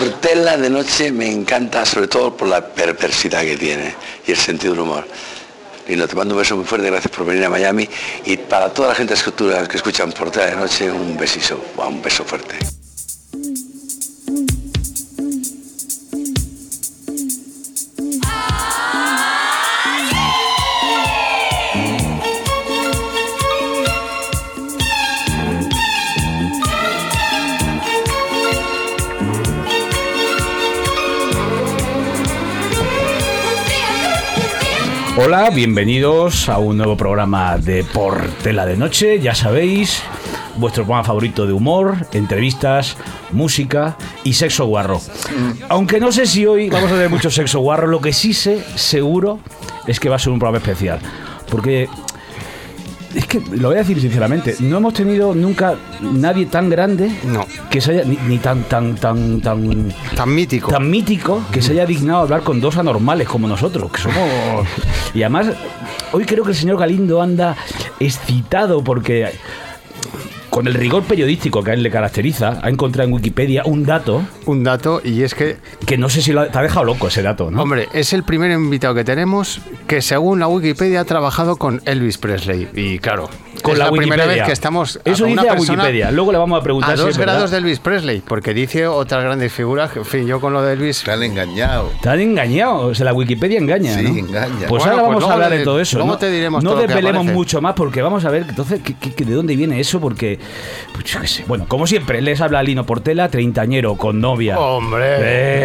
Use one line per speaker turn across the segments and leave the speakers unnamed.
Portela de noche me encanta, sobre todo por la perversidad que tiene y el sentido del humor. Lindo, te mando un beso muy fuerte, gracias por venir a Miami y para toda la gente escultura que escuchan Portela de noche, un besiso, un beso fuerte.
Hola, bienvenidos a un nuevo programa de Portela de Noche, ya sabéis, vuestro programa favorito de humor, entrevistas, música y sexo guarro. Aunque no sé si hoy vamos a tener mucho sexo guarro, lo que sí sé, seguro, es que va a ser un programa especial. Porque es que lo voy a decir sinceramente, no hemos tenido nunca nadie tan grande
No.
que se haya ni, ni tan tan tan tan
Tan mítico.
tan mítico que se haya dignado hablar con dos anormales como nosotros, que somos... Y además, hoy creo que el señor Galindo anda excitado porque con el rigor periodístico que a él le caracteriza, ha encontrado en Wikipedia un dato
Un dato, y es que,
que no sé si lo ha, te ha dejado loco ese dato, ¿no?
hombre, es el primer invitado que tenemos que, según la Wikipedia, ha trabajado con Elvis Presley. Y claro,
Con
es
la
la, primera
Wikipedia.
vez que estamos a
Eso
una
dice la
persona
Wikipedia. Luego le vamos a preguntar
a
si
dos
es verdad.
grados de Elvis Presley, porque dice otras grandes figuras. que, En fin, yo con lo de Elvis.
Te han engañado.
Te han engañado, o sea, la Wikipedia engaña,
Sí,
¿no?
engaña.
Pues
Bueno, pues
ahora vamos a
luego
hablar de
te-
todo eso.
luego
no
te diremos
No
todo lo que
desvelemos
aparece.
mucho más porque vamos a ver entonces ¿qué- qué- qué- de dónde viene eso, porque pues, yo qué sé. Bueno, como siempre, les habla Lino Portela, treintañero, con novia.
Hombre,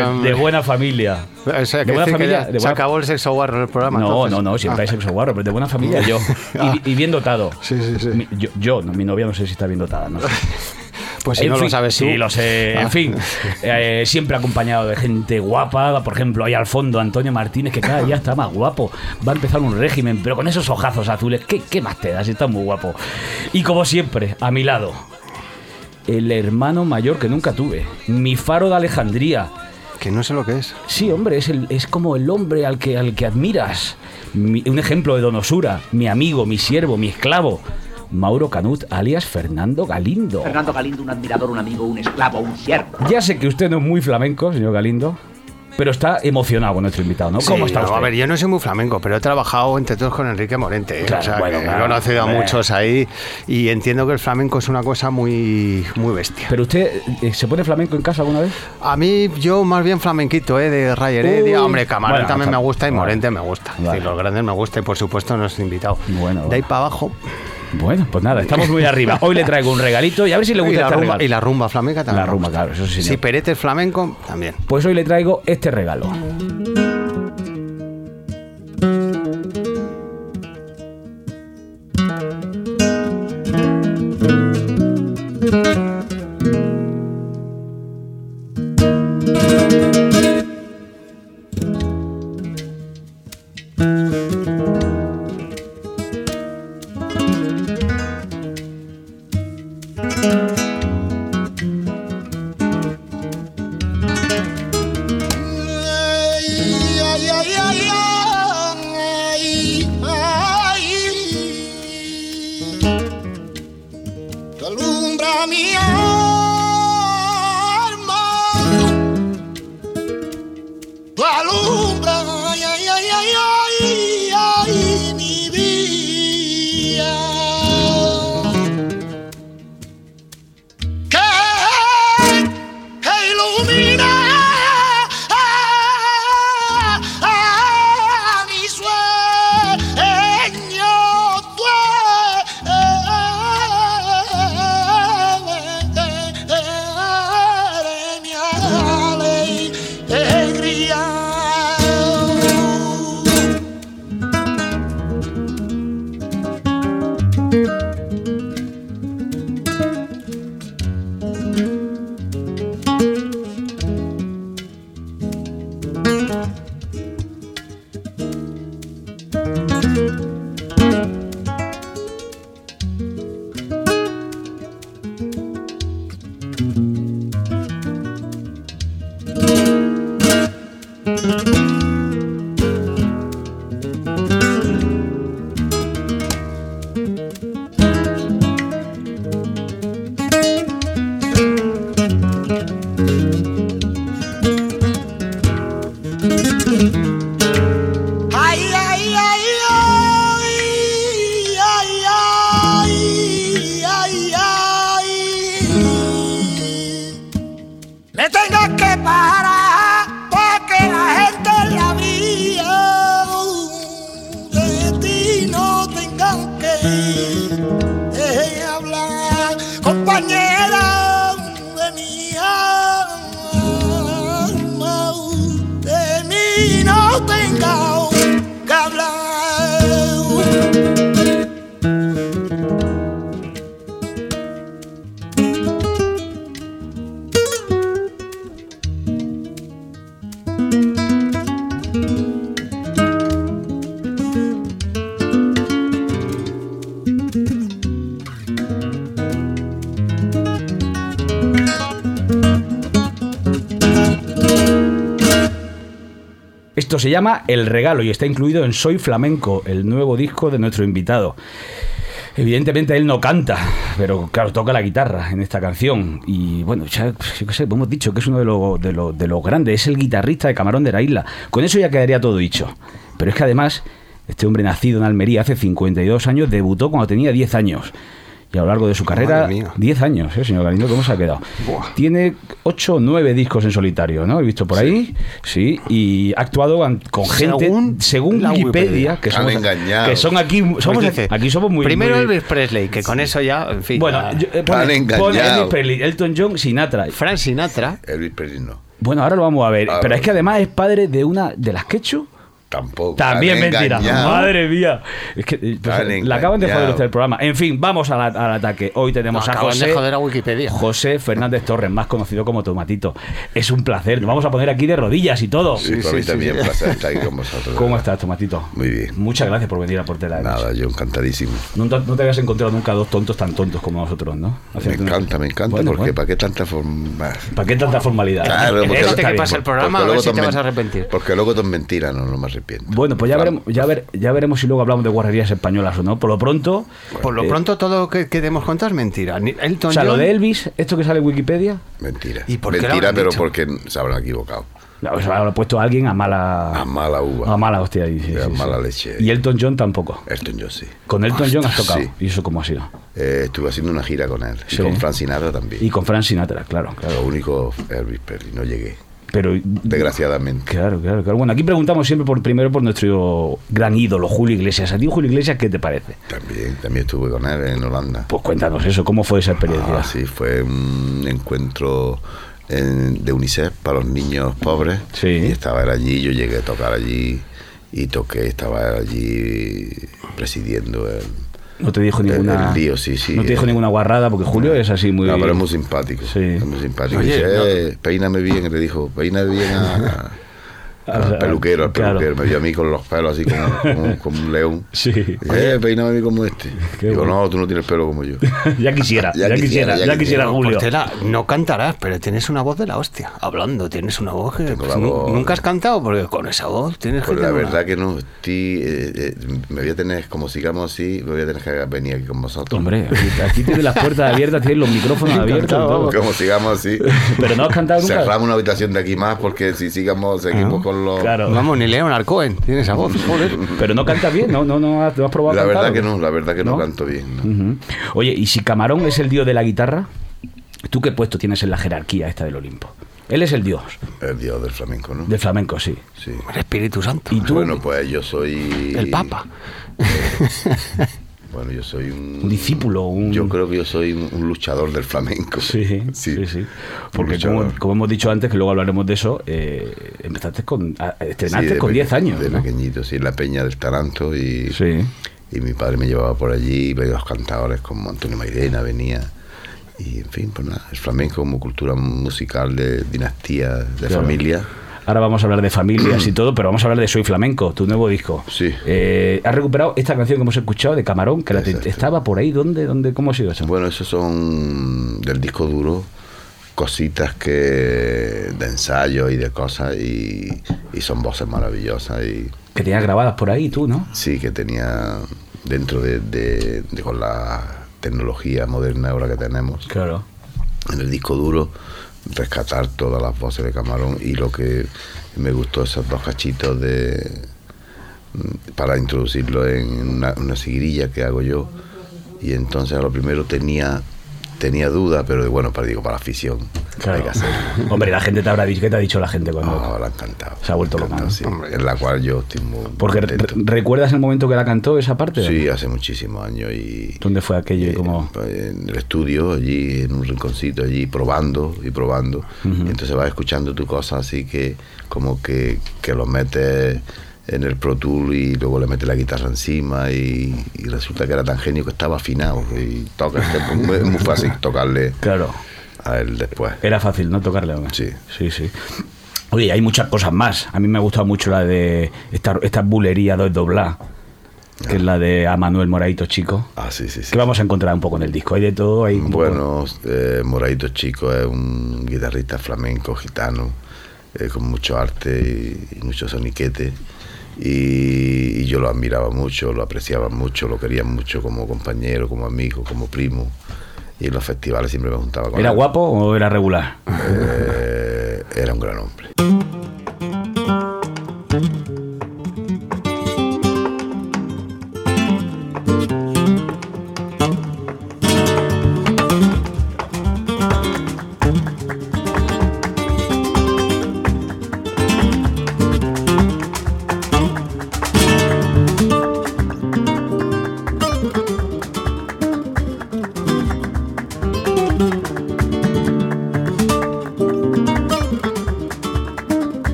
Eh,
hombre.
de buena familia.
O sea,
de
que
buena
decir que
familia.
ya
de
se
buena-
acabó el sexo guarro en el programa.
No,
entonces.
no, no,
Ah.
siempre hay sexo guarro, pero de buena familia yo. Y, y bien dotado.
Sí, sí, sí.
Mi- yo, yo, no, mi novia no sé si está bien dotada, no sé.
Pues si
En
no
fin,
lo sabes tú.
Sí, lo sé. En
Ah.
fin, eh, siempre acompañado de gente guapa. Por ejemplo, ahí al fondo Antonio Martínez, que cada día está más guapo. Va a empezar un régimen, pero con esos ojazos azules, ¿qué, qué más te das? Está muy guapo. Y como siempre, a mi lado, el hermano mayor que nunca tuve. Mi faro de Alejandría.
Que no sé lo que es.
Sí, hombre, es, el- es como el hombre al que, al que admiras. Mi- un ejemplo de donosura. Mi amigo, mi siervo, mi esclavo. Mauro Canut, alias Fernando Galindo.
Fernando Galindo, un admirador, un amigo, un esclavo, un siervo.
Ya sé que usted no es muy flamenco, señor Galindo, pero está emocionado con nuestro invitado, ¿no? ¿Cómo
Sí,
está
no,
usted?
A ver, yo no soy muy flamenco, pero he trabajado entre todos con Enrique Morente. ¿eh?
Claro,
O sea,
bueno,
que
claro,
he conocido a
hombre.
muchos ahí y entiendo que el flamenco es una cosa muy, muy bestia.
¿Pero usted eh, se pone flamenco en casa alguna vez?
A mí, yo más bien flamenquito, ¿eh? de Ray Heredia.
Uy.
Hombre, Camarón
Bueno,
también me
Camarón.
gusta y
Vale.
Morente me gusta.
Vale.
Sí, los grandes me gusta y por supuesto nos invitado. De
Bueno,
ahí
bueno.
para abajo.
Bueno, pues nada, estamos muy arriba. Hoy le traigo un regalito y a ver si le
Y
gusta
la,
este
rumba,
regalo.
y la rumba flamenca también.
La
me
rumba,
gusta.
claro, eso sí.
Si
señor.
Perete es flamenco, también.
Pues hoy le traigo este regalo.
Ay,
me tengo que parar porque la gente en la vía de ti no tengan que eh, hablar, compañera de mi alma, de mí no tengan que hablar.
Esto se llama El Regalo y está incluido en Soy Flamenco, el nuevo disco de nuestro invitado. Evidentemente él no canta, pero claro, toca la guitarra en esta canción. Y bueno, ya, pues, yo qué sé, hemos dicho que es uno de los de los- de los grandes, es el guitarrista de Camarón de la Isla. Con eso ya quedaría todo dicho. Pero es que además, este hombre nacido en Almería hace 52 años, debutó cuando tenía 10 años. Y a lo largo de su carrera,
Madre mía.
10 años, ¿eh, señor Galindo? ¿Cómo se ha quedado? Tiene 8 o 9 discos en solitario, ¿no? He visto por ahí, sí, y ha actuado an- con gente, según,
Según la
Wikipedia,
Wikipedia.
que,
Han
somos,
engañado.
que son aquí, somos,
Pues dice,
aquí somos muy...
Primero
muy-
Elvis Presley, que con eso ya, en fin.
bueno,
ya-
yo- eh,
han
pone,
engañado.
pone Elvis Presley, Elton John, Sinatra.
Frank Sinatra.
Elvis Presley no.
Bueno, ahora lo vamos a ver.
A
pero es
ver.
que además es padre de una de las Quechu.
Tampoco.
También
Han
mentira.
engañado.
Madre mía. Es que eh, pues,
Han
la acaban de joder
engañado.
usted el programa. En fin, vamos a la- al ataque. Hoy tenemos a
acaban
José.
de joder a Wikipedia.
Eh, José Fernández Torres, más conocido como Tomatito. Es un placer. Nos vamos a poner aquí de rodillas y todo.
Sí, para mí también un placer estar aquí con vosotros.
¿Cómo estás, Tomatito?
Muy bien.
Muchas gracias por venir a Portela.
Nada, yo encantadísimo.
No, te- no te habías encontrado nunca dos tontos tan tontos como nosotros, ¿no?
Me
Haciendo-
encanta, me encanta,
Bueno,
porque
bueno.
¿para qué tanta forma?
¿Para qué tanta formalidad? Eh,
Claro,
Eso
porque-
está
Déjate que
bien.
pase el programa,
Porque
a ver
luego
si te
ton-
vas a arrepentir.
Porque luego ton mentira, no, no me arrepiento.
Bueno, pues ya
Claro.
veremos, ya, ver- ya veremos si luego hablamos de guarrerías españolas o no. Por lo pronto,
Por lo
eh,
pronto todo lo que queremos contar es mentira. Ni- Elton
o sea, lo
John-
de Elvis, esto que sale en Wikipedia,
Mentira.
¿Y por qué lo
mentira,
habrán
pero
dicho?
porque se habrán equivocado.
no, o sea, lo ha puesto alguien a mala,
A mala uva.
a mala hostia. ahí, sí,
A
sí, sí.
mala leche.
Y Elton John tampoco.
Elton John sí.
Con Elton John has tocado.
sí.
¿Y eso cómo ha sido?
Eh, estuve haciendo una gira con él.
Sí.
Y con Frank Sinatra también.
Y con Frank Sinatra, claro,
Lo
claro.
único, Elvis Presley. No llegué.
Pero
Desgraciadamente.
Claro, claro, claro. Bueno, aquí preguntamos siempre por primero por nuestro gran ídolo, Julio Iglesias. ¿A ti, Julio Iglesias, qué te parece?
También, también estuve con él en Holanda.
Pues cuéntanos eso, ¿cómo fue esa experiencia?
Ah, sí, fue un encuentro en- de UNICEF para los niños pobres.
Sí.
Y estaba él allí, yo llegué a tocar allí y toqué, estaba él allí presidiendo el...
No te dijo
El-
ninguna.
el lío, sí, sí. eh.
No te dijo ninguna guarrada, porque Julio es así muy.
No, pero es muy simpático.
Sí.
Es muy simpático.
Oye,
Dice,
no-
"Eh, peíname bien, y le dijo, peíname bien a- a- al peluquero, al
Claro.
peluquero. Me vio a mí con los pelos así como, como- como un león.
Sí.
Dice, eh, peíname a mí como este.
Qué
Digo,
bueno.
no, tú no tienes pelo como yo.
ya quisiera, ya, quisiera, ya,
Ya quisiera, ya
quisiera,
quisiera.
Julio.
Portela, no cantarás, pero tienes una voz de la hostia. Hablando, tienes una voz que
Tengo
pues,
la
nu-
voz.
nunca has cantado, porque con esa voz tienes
Pues
que
la
tener
verdad
una-
que no, estoy, eh, eh, me voy a tener, como sigamos así, me voy a tener que venir aquí con vosotros.
Hombre, aquí- aquí tienes las puertas abiertas, tienes los micrófonos abiertos.
Encantado,
todo.
Como sigamos así.
Pero no has cantado nunca. Ah,
Cerramos una habitación de aquí más porque si sigamos, seguimos con los...
Claro.
Vamos, ni Leonard Cohen tiene esa voz. Joder.
Pero no cantas bien, no, no, no has, no has probado
La
a cantar,
verdad
¿o
que
qué?
no, la verdad que no,
¿No?
canto bien. no.
Ujú. Oye, ¿y si Camarón es el dios de la guitarra? ¿Tú qué puesto tienes en la jerarquía esta del Olimpo? Él es el dios
El dios del flamenco, ¿no?
del flamenco, sí.
Sí.
El Espíritu Santo.
¿Y tú?
Bueno, pues yo soy...
El Papa.
Bueno, yo soy un...
Un discípulo, un-
Yo creo que yo soy un, un luchador del flamenco.
Sí, sí, sí. Porque como,
Luchador.
como hemos dicho antes, que luego hablaremos de eso, eh, empezaste con, a- estrenaste
Sí, de
con
peque-
10 años.
De
¿no?
pequeñito, sí, en la peña del Taranto y...
Sí.
Y mi padre me llevaba por allí, y veía los cantadores como Antonio Mairena, venía. Y en fin, pues nada, el flamenco como cultura musical de dinastía, de
Claro.
familia.
Ahora vamos a hablar de familias y todo, pero vamos a hablar de Soy Flamenco, tu nuevo disco.
Sí.
Eh, has recuperado esta canción que hemos escuchado de Camarón, que la te-
Exacto.
estaba por ahí. ¿Dónde? dónde ¿Cómo ha sido eso?
Bueno, esos son del disco duro, cositas que de ensayo y de cosas, y, y son voces maravillosas. Y
Que tenías grabadas por ahí tú, ¿no?
sí, que tenía dentro de, de- de- con la tecnología moderna ahora que tenemos.
Claro.
en el disco duro rescatar todas las voces de Camarón y lo que me gustó esos dos cachitos de mm, para introducirlo en una, una siguirilla que hago yo y entonces a lo primero tenía tenía duda, pero bueno, para, digo, para la afición hay
Claro.
que hacerlo.
Hombre, la gente te habrá dicho. ¿Qué te ha dicho la gente cuando.?
Ah, la ha encantado.
Se ha vuelto
Le
loca,
encantado,
¿no?
sí. En la cual yo estoy muy
Porque re-
contento.
¿recuerdas el momento que la cantó esa parte?
Sí, hace muchísimos años y...
¿Dónde fue aquello? y cómo-
eh, en el estudio, allí en un rinconcito, allí probando y probando. Y entonces vas escuchando tu cosas así que como que, que los metes en el Pro Tool y luego le metes la guitarra encima y, y resulta que era tan genio que estaba afinado y toca el tempo. es muy fácil tocarle
Claro.
a él después.
Era fácil, ¿no? Tocarle. hombre.
Sí.
Sí, sí. Oye, hay muchas cosas más. A mí me ha gustado mucho la de esta, esta bulería dos doblá, que es la de a Manuel Moraito Chico.
Ah, sí, sí, sí.
Que vamos a encontrar un poco en el disco. Hay de todo, hay un poco-
Bueno, eh, Moraito Chico es un guitarrista flamenco gitano eh, con mucho arte y, y mucho soniquete. Y, y yo lo admiraba mucho, lo apreciaba mucho, lo quería mucho como compañero, como amigo, como primo. Y en los festivales siempre me juntaba con
¿Era
él.
guapo o era regular?
Eh, era un gran hombre.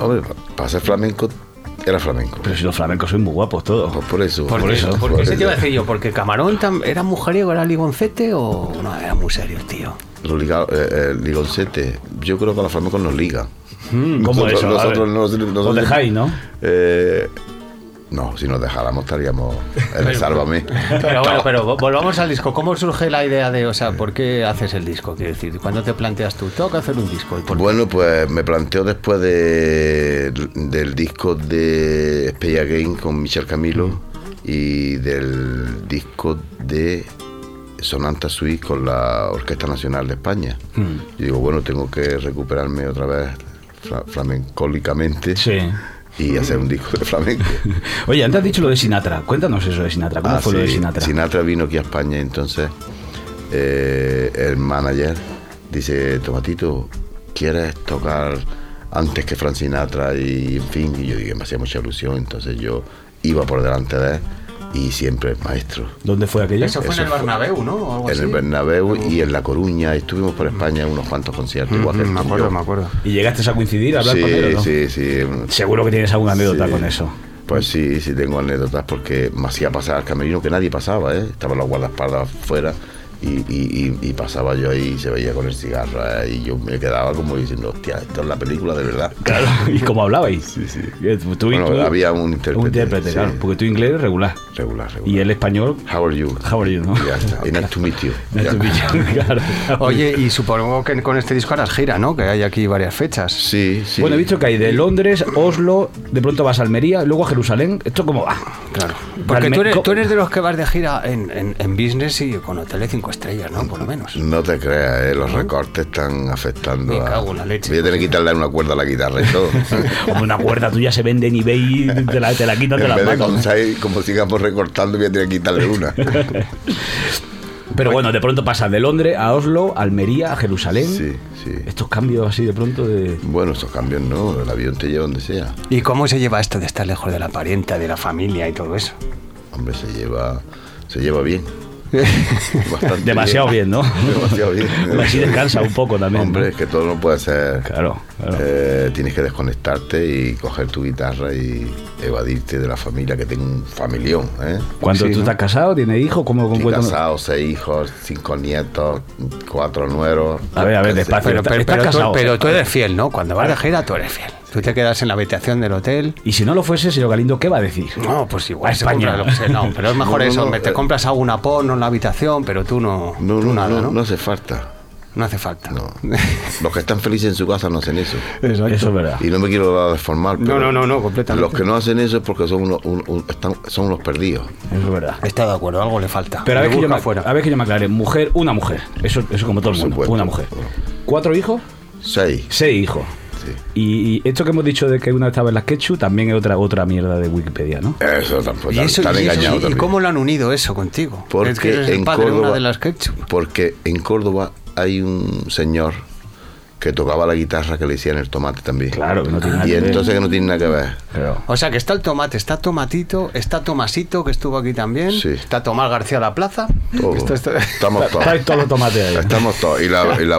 Hombre, pa- para ser flamenco, era flamenco.
Pero si los flamencos son muy guapos todos.
Pues por eso.
Por eso,
Porque ese te iba a decir yo, porque Camarón tam- era mujeriego, era ligoncete o. No, era muy serio el tío.
Los liga- eh, eh, ligoncete. Yo creo que los flamencos nos ligan.
¿Cómo
Nosotros-
eso? A ver,
Nosotros, nos- nosotros-
os dejáis, ¿no?
Eh, no, si nos dejáramos estaríamos en el sálvame.
Pero bueno, pero vo- volvamos al disco. ¿Cómo surge la idea de, o sea, por qué haces el disco? Quiero decir, ¿cuándo te planteas tú, tengo que hacer un disco? ¿Y por qué?
Bueno, pues me planteo después de, del disco de Speya Game con Michel Camilo y del disco de Sonanta Suite con la Orquesta Nacional de España.
Hmm.
Yo digo, bueno, tengo que recuperarme otra vez fla- flamencólicamente
Sí.
y hacer un disco de flamenco.
Oye, antes has dicho lo de Sinatra. Cuéntanos eso de Sinatra. ¿Cómo
Ah,
fue lo de
sí.
Sinatra?
vino aquí a España, entonces eh, el manager dice, Tomatito, ¿quieres tocar antes que Frank Sinatra? Y en fin, y yo dije, me hacía mucha ilusión, entonces yo iba por delante de él y siempre maestro.
¿Dónde fue aquello?
Eso fue
Eso
en el
fue-
Bernabéu, ¿no? O
¿Ah,
algo
En el
así.
Bernabéu y en La Coruña, y estuvimos por España en unos cuantos conciertos. igual que
Mm, Me
tú y
acuerdo,
yo.
me acuerdo.
¿Y llegaste a coincidir a hablar
Sí,
con él o no?
sí, sí.
Seguro que tienes alguna anécdota
Sí.
con eso.
Pues sí, sí tengo anécdotas porque me hacía pasar al camerino que nadie pasaba, ¿eh? Estaban los guardaespaldas afuera y, y- y- y pasaba yo ahí y se veía con el cigarro ¿eh? y yo me quedaba como diciendo, hostia, esto es la película de verdad.
Claro. ¿Y cómo hablabais?
Sí, sí.
Eh, tú- tú-
Bueno,
tú-
había un intérprete,
Un intérprete,
sí.
claro. Porque tú inglés eres regular.
Regular, regular.
Y el español.
How are you?
How are you, ¿no?
Ya está. Y nice to meet you.
Nice
Ya.
to meet you. Claro.
Oye, y supongo que con este disco harás gira, ¿no? Que hay aquí varias fechas.
Sí, sí.
Bueno, he visto que hay de Londres, Oslo, de pronto vas a Almería, luego a Jerusalén. ¿Esto cómo va?
Claro.
Realme-
Porque tú eres,
co-
tú eres de los que vas de gira en, en- en business y con hoteles cinco estrellas, ¿no? Por lo menos.
No te creas, ¿eh? los recortes están afectando
Me
a...
cago en la leche.
Voy a tener que quitarle una cuerda a la guitarra y todo.
Como una cuerda tuya se vende en eBay, te la, te la quitan, te
en
la
vez de
mandan.
con seis, como sigamos recortando, voy a tener que quitarle una.
Pero bueno, de pronto pasas de Londres a Oslo, Almería, a Jerusalén.
Sí, sí.
Estos cambios así de pronto de...
Bueno, estos cambios no, el avión te lleva donde sea.
¿Y cómo se lleva esto de estar lejos de la parienta, de la familia y todo eso?
Hombre, se lleva, se lleva bien. Bastante
Demasiado bien, ¿no?
Demasiado bien.
Así descansa un poco también. ¿no?
Hombre, es que todo no puede ser.
Claro, claro.
Eh, tienes que desconectarte y coger tu guitarra y evadirte de la familia, que tengo un familión, ¿eh?
¿Cuánto
Sí,
tú
¿no?
estás casado? ¿Tiene hijos? ¿Cómo
Estoy
cuéntame?
casado, seis hijos, cinco nietos, cuatro nueros.
A ver, a ver,
Yo qué sé.
despacio.
Pero, pero,
Estás
pero tú,
casado.
eh, pero tú eres fiel, ¿no? Cuando vas de gira, tú eres fiel. Tú te quedas en la habitación del hotel.
Y si no lo fuese, señor Galindo, ¿qué va a decir?
No, pues igual
A
se
España.
compra lo que sea. No, pero es mejor
No, no,
eso.
no,
me- te
eh.
compras alguna porno en la habitación, pero tú no.
No,
tú
no,
nada,
no,
¿no?
no hace falta.
No hace falta.
No. Los que están felices en su casa no hacen eso.
Exacto.
Eso es verdad.
Y no me quiero dar de formal. pero
No, no, no, no, completamente.
Los que no hacen eso es porque son unos, un- un- están- son unos perdidos.
Eso es verdad.
Está de acuerdo, algo le falta.
Pero a
Le
ver, que yo me,
busca fuera.
a ver que yo me aclare. Mujer, una mujer. Eso, eso como todo el
Por
mundo.
supuesto.
Una mujer. ¿Cuatro hijos?
Seis.
Seis hijos.
Sí.
Y, y esto que hemos dicho de que una estaba en las Quechu también es otra, otra mierda de Wikipedia, ¿no?
Eso tampoco.
¿Y, eso,
están
y, eso,
engañados
y- y
también.
cómo lo han unido eso contigo?
Porque
es que eres el
en
padre de
Córdoba,
una de las ketchup.
Porque en Córdoba hay un señor que tocaba la guitarra que le decían el tomate también.
Claro, que no
Ah,
tiene nada
Y
que ver.
entonces que no tiene nada que ver.
Pero-
O sea, que está el tomate, está Tomatito, está Tomasito, que estuvo aquí también.
Sí.
Está Tomás García La Plaza.
Todo.
Está- está-
Estamos todos.
Trae todos los tomates ahí.
Estamos todos. Y la, y la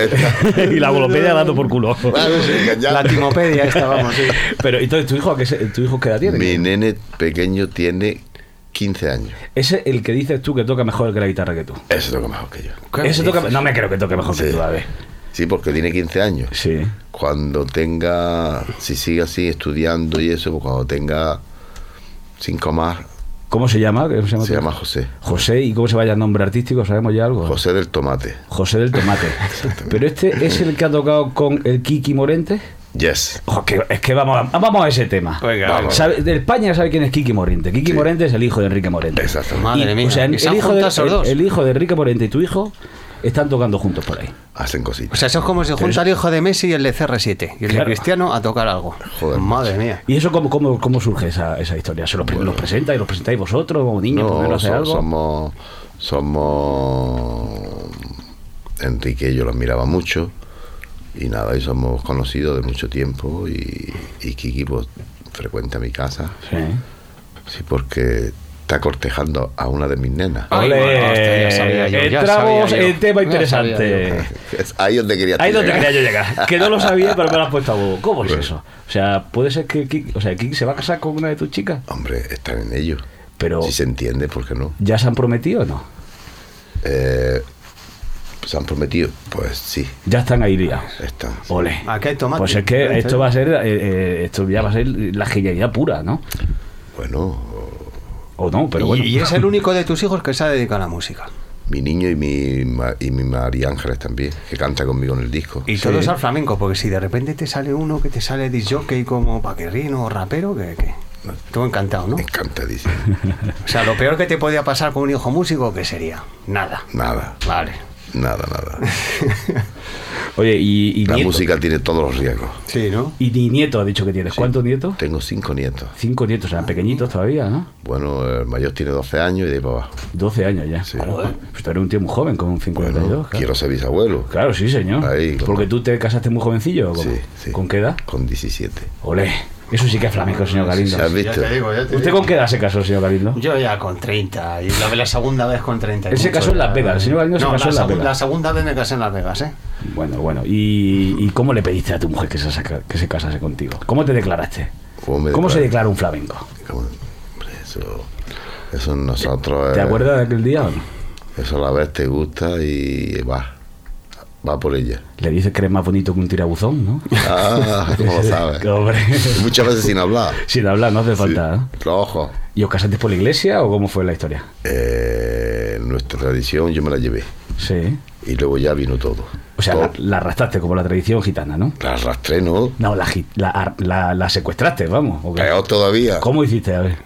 esta.
y la golopedia dando por culo.
Claro, sí, que ya-
La Timopedia, esta, vamos. sí.
Pero entonces, ¿tu hijo, a qué se- ¿tu hijo qué edad tiene?
Mi nene pequeño tiene 15 años.
Ese es el que dices tú que toca mejor que la guitarra que tú.
Eso toca mejor que yo.
¿Qué
Ese toca, no me creo que toque mejor que
Sí.
tú, a ver.
Sí, porque tiene 15 años.
Sí.
Cuando tenga, si sigue así estudiando y eso, pues cuando tenga 5 más,
¿Cómo se llama? ¿Cómo se llama?
se llama José.
José, ¿y cómo se vaya el nombre artístico? ¿Sabemos ya algo?
José del Tomate.
José del Tomate. Pero este es el que ha tocado con el Kiki Morente.
Yes.
Ojo, que- es que vamos a, vamos a ese tema.
Venga,
Vamos.
¿Sabe- de España sabe quién es Kiki Morente. Kiki Morente es el hijo de Enrique Morente.
Exacto.
Madre
Y,
mía.
O sea,
¿Y
el,
se han
hijo de,
juntado esos
el-
dos?
el hijo de Enrique Morente y tu hijo están tocando juntos por ahí.
Hacen
O
cositas.
sea, eso es como se junta el hijo de Messi y el de CR7. Y el de
Claro.
Cristiano a tocar algo.
Joder,
Madre mía.
¿Y eso cómo, cómo, cómo surge esa, esa historia? ¿Se los, pre- los presenta y los presentáis vosotros, como niños, primero
no,
hace
so-
algo?
somos. Somos. Enrique y yo lo admiraba mucho. Y nada, y somos conocidos de mucho tiempo. Y, y Kiki, pues, frecuenta mi casa.
Sí.
Sí, porque está cortejando a una de mis nenas.
Ay,
Ole.
bueno, hostia, ya sabía yo, ya
Entramos
sabía yo.
en tema
Ya
interesante.
sabía
Ah, Es ahí donde quería
Eh, Ahí es donde
llegar.
quería yo llegar. Que no lo sabía, pero me lo has puesto a huevo. ¿Cómo
Pues.
es eso? O sea, puede ser que Kiki, o sea, Kiki se va a casar con una de tus chicas,
Hombre, están en ello.
pero
Si se entiende, ¿por qué no?
¿ya se han prometido o no?
Eh, se han prometido, pues sí,
Ya están ahí liados.
están.
Ole.
Aquí hay tomate.
Pues es que
Vente.
esto va a ser, eh, eh, esto ya va a ser la genialidad pura, ¿no?
Bueno,
O no, pero
Y-
bueno.
Y, es el único de tus hijos que se ha dedicado a la música.
mi niño y mi, ma- y mi María Ángeles también, que canta conmigo en el disco.
Y todos al flamenco, porque si de repente te sale uno que te sale disc jockey como paquerrino o rapero, que, que... Tú encantado, ¿no?
Me encanta, dice.
O sea, lo peor que te podía pasar con un hijo músico, ¿qué sería? Nada.
Nada,
Vale.
nada, nada.
Oye, y, y
La
nieto.
música tiene todos los riesgos.
Sí, ¿no?
Y ni nieto ha dicho que tienes. ¿Cuántos nietos?
Tengo cinco nietos.
Cinco nietos, o sea, pequeñitos todavía, ¿no?
Bueno, el mayor tiene 12 años y de ahí para abajo.
12 años ya.
Sí.
Joder. Pues tú eres un tío muy joven, con 52.
Bueno,
claro.
quiero ser bisabuelo.
Claro, sí, señor.
Ahí, claro.
Porque tú te casaste muy jovencillo. ¿o cómo?
Sí, sí.
¿Con qué edad?
Con 17.
Olé. Eso sí que es flamenco, señor Galindo.
¿Has visto?
¿Usted con qué edad se casó, señor Galindo?
Yo ya con 30, y la, la segunda vez con 30. y
Él se
mucho,
casó en
ya.
Las Vegas, el señor Galindo se
No, la
casó en Las
segun-
Vegas.
La segunda vez me casé en Las Vegas, ¿eh?
Bueno, bueno. ¿Y, y cómo le pediste a tu mujer que se, saca- que se casase contigo? ¿Cómo te declaraste?
¿Cómo me
¿Cómo se
declaré?
declara un flamenco?
Como, hombre, Eso, eso nosotros.
¿Te
eh,
acuerdas de aquel día? o no?
Eso a la vez te gusta y va. Va por ella.
Le dices que eres más bonito que un tirabuzón, ¿no?
Ah, como lo sabes.
Hombre.
Muchas veces sin hablar.
Sin hablar, no hace falta. ¿eh? ¿no?
Los ojos.
¿Y os casasteis por la iglesia o cómo fue la historia?
Eh, nuestra tradición yo me la llevé.
Sí.
Y luego ya vino todo.
O sea, la,
Todo-
la arrastraste como la tradición gitana, ¿no?
la arrastré, ¿no?
No, la, gi- la, ar- la- la secuestraste, vamos. ¿o qué?
Peor todavía.
¿Cómo hiciste? A ver.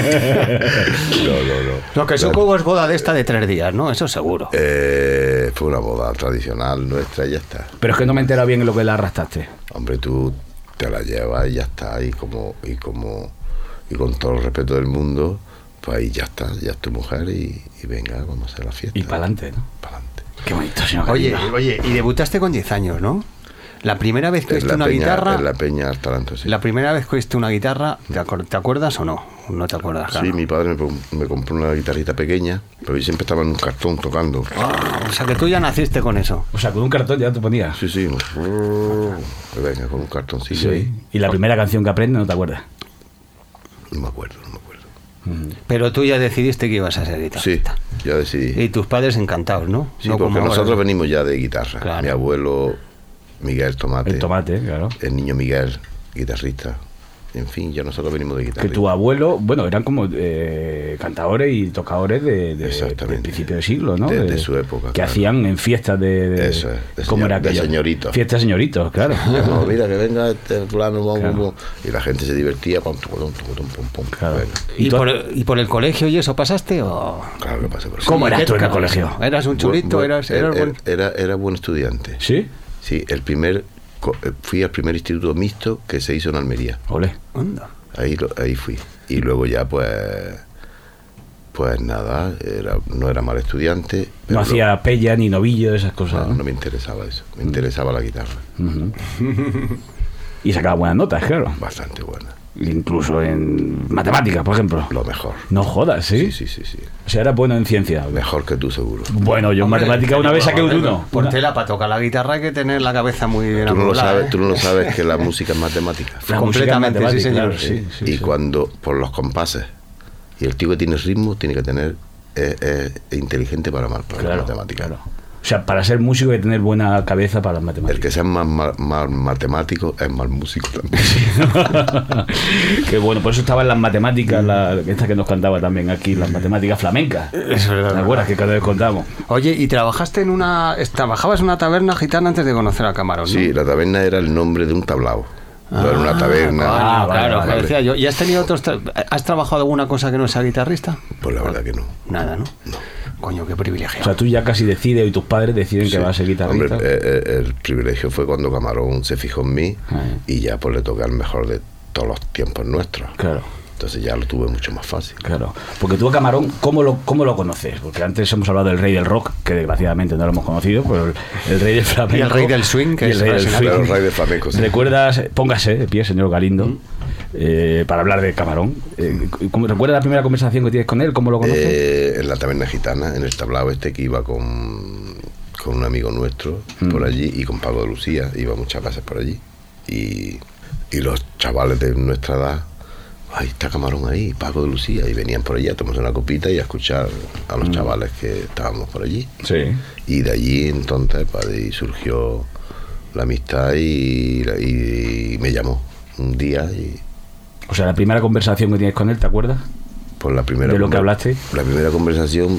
No, no, no.
Lo que
La-
supongo es boda de esta de tres días, ¿no? Eso seguro.
Eh, fue una boda tradicional nuestra y ya está.
Pero es que no me he enterado bien en lo que la arrastraste.
Hombre, tú te la llevas y ya está. Y como, y como, y con todo el respeto del mundo, pues ahí ya está, ya es tu mujer y, y venga, vamos a hacer la fiesta.
Y para adelante, ¿no?
Pa'lante.
Qué bonito, señor.
Oye, eh.
Galindo.
oye, y debutaste con 10 años, ¿no? La primera vez que
En
oíste
la,
una
peña,
guitarra.
en la
La...
peña al Taranto, sí.
primera vez que oíste una guitarra, ¿te, acor- te acuerdas o no? No te acuerdas,
Sí,
claro.
mi padre me, pon- me compró una guitarrita pequeña, pero yo siempre estaba en un cartón tocando.
Ah, o sea, que tú ya naciste con eso.
O sea, con un cartón ya te ponías.
Sí, sí. Pues venga, con un cartoncillo ahí.
Y la primera canción que aprendes no te acuerdas.
No me acuerdo, no me acuerdo.
Pero tú ya decidiste que ibas a ser guitarrista.
Sí, ya decidí.
Y tus padres encantados, ¿no?
Sí,
No
porque
como ahora.
nosotros venimos ya de guitarra.
Claro.
Mi abuelo Miguel Tomate.
El tomate, claro.
el niño Miguel, guitarrista. En fin, ya nosotros venimos de guitarra.
Que tu abuelo, bueno, eran como eh, cantadores y tocadores de, de-
Exactamente.
del principio del siglo, ¿no?
De- de su época,
Que
claro.
hacían en fiestas de. de-
Eso es, de
¿cómo
señor-
era
de
aquello?
señoritos.
Fiestas de señoritos, claro.
Como, mira, que venga este fulano, vamos,
Claro.
vamos. Y la gente se divertía. Pum, tucu, tum, tucu, tum, pum, pum.
Claro.
Venga.
¿Y,
¿Y tú-
por, ¿Y por el colegio y eso pasaste? O...
Claro que pasa por eso.
¿Cómo
Sí,
eras
¿qué
tú en el
tal?
colegio?
¿Eras un chulito?
Bu- bu-
¿Eras,
er-
eras
er-
buen-
era, era buen estudiante.
¿Sí?
Sí, el primer, co- eh, fui al primer instituto mixto que se hizo en Almería.
Ole.
Anda.
Ahí, lo- ahí fui. Y luego ya, pues. Pues nada, era- no era mal estudiante.
No
pero
hacía pella ni novillo, esas
No,
cosas.
no
¿no?
me interesaba eso. Me interesaba la guitarra.
Y sacaba buenas notas, claro.
Bastante buena.
Incluso en matemáticas, por ejemplo.
Lo mejor.
No jodas, ¿sí?
Sí, sí, sí, sí.
O sea, era bueno en ciencia.
Mejor que tú, seguro.
Bueno, yo en matemáticas una vez saqué un uno.
eh, Por tela, para tocar la guitarra hay que tener la cabeza muy bien
Tú no, lo
amoblada,
sabes,
¿eh?
tú no lo sabes que la música es matemática.
La música
Completamente,
matemática,
sí, señor.
claro, sí, sí,
y
sí.
cuando, por los compases. Y el tío que tiene ritmo tiene que tener. Es, es inteligente para, ma- para la
Claro,
matemática.
claro. O sea, para ser músico hay que tener buena cabeza para las
El
matemáticas.
que sea más, ma- más matemático es más músico también.
que bueno, por eso estaban las matemáticas, la, esta que nos cantaba también aquí,
Mm.
las matemáticas flamencas.
Eso era
¿Te acuerdas que cada vez contamos?
Oye, y trabajaste en una. es- Trabajabas en una taberna gitana antes de conocer a Camarón, ¿no?
Sí, la taberna era el nombre de un tablao. no era una taberna.
Ah,
vale,
claro,
vale.
que decía yo. ¿Y has tenido otros tra- ¿Has trabajado alguna cosa que no sea guitarrista?
Pues la verdad que no.
Nada, ¿no? Coño, qué privilegio.
O sea, tú ya casi decides y tus padres deciden que
Sí.
vas a ser guitarrista.
Hombre, eh, eh, el privilegio fue cuando Camarón se fijó en mí
Ah.
y ya pues le toqué el mejor de todos los tiempos nuestros.
Claro.
Entonces ya lo tuve mucho más fácil.
Claro, porque tú a Camarón, ¿cómo lo, ¿cómo lo conoces? Porque antes hemos hablado del rey del rock, que desgraciadamente no lo hemos conocido, pero el, el rey del flamenco.
Y el rey del swing, que
y el
es
rey del
fascinante.
swing.
Claro, el rey del flamenco, sí.
¿Recuerdas, póngase de pie, señor Galindo, eh, para hablar de Camarón? Eh, ¿cómo- ¿Recuerdas la primera conversación que tienes con él? ¿Cómo lo conoces?
Eh, en la taberna gitana, en el tablao este que iba con, con un amigo nuestro
Mm.
por allí y con Pablo de Lucía, iba muchas veces por allí. Y, y los chavales de nuestra edad, ahí está Camarón ahí, Paco de Lucía, y venían por allí a tomarse una copita y a escuchar a
Mm.
los chavales que estábamos por allí.
sí.
Y de allí entonces pues, de ahí surgió la amistad y, y- y me llamó un día y
O sea, la primera conversación que tienes con él, ¿te acuerdas?
por Pues la primera
¿De lo que
conver-
hablaste?
La primera conversación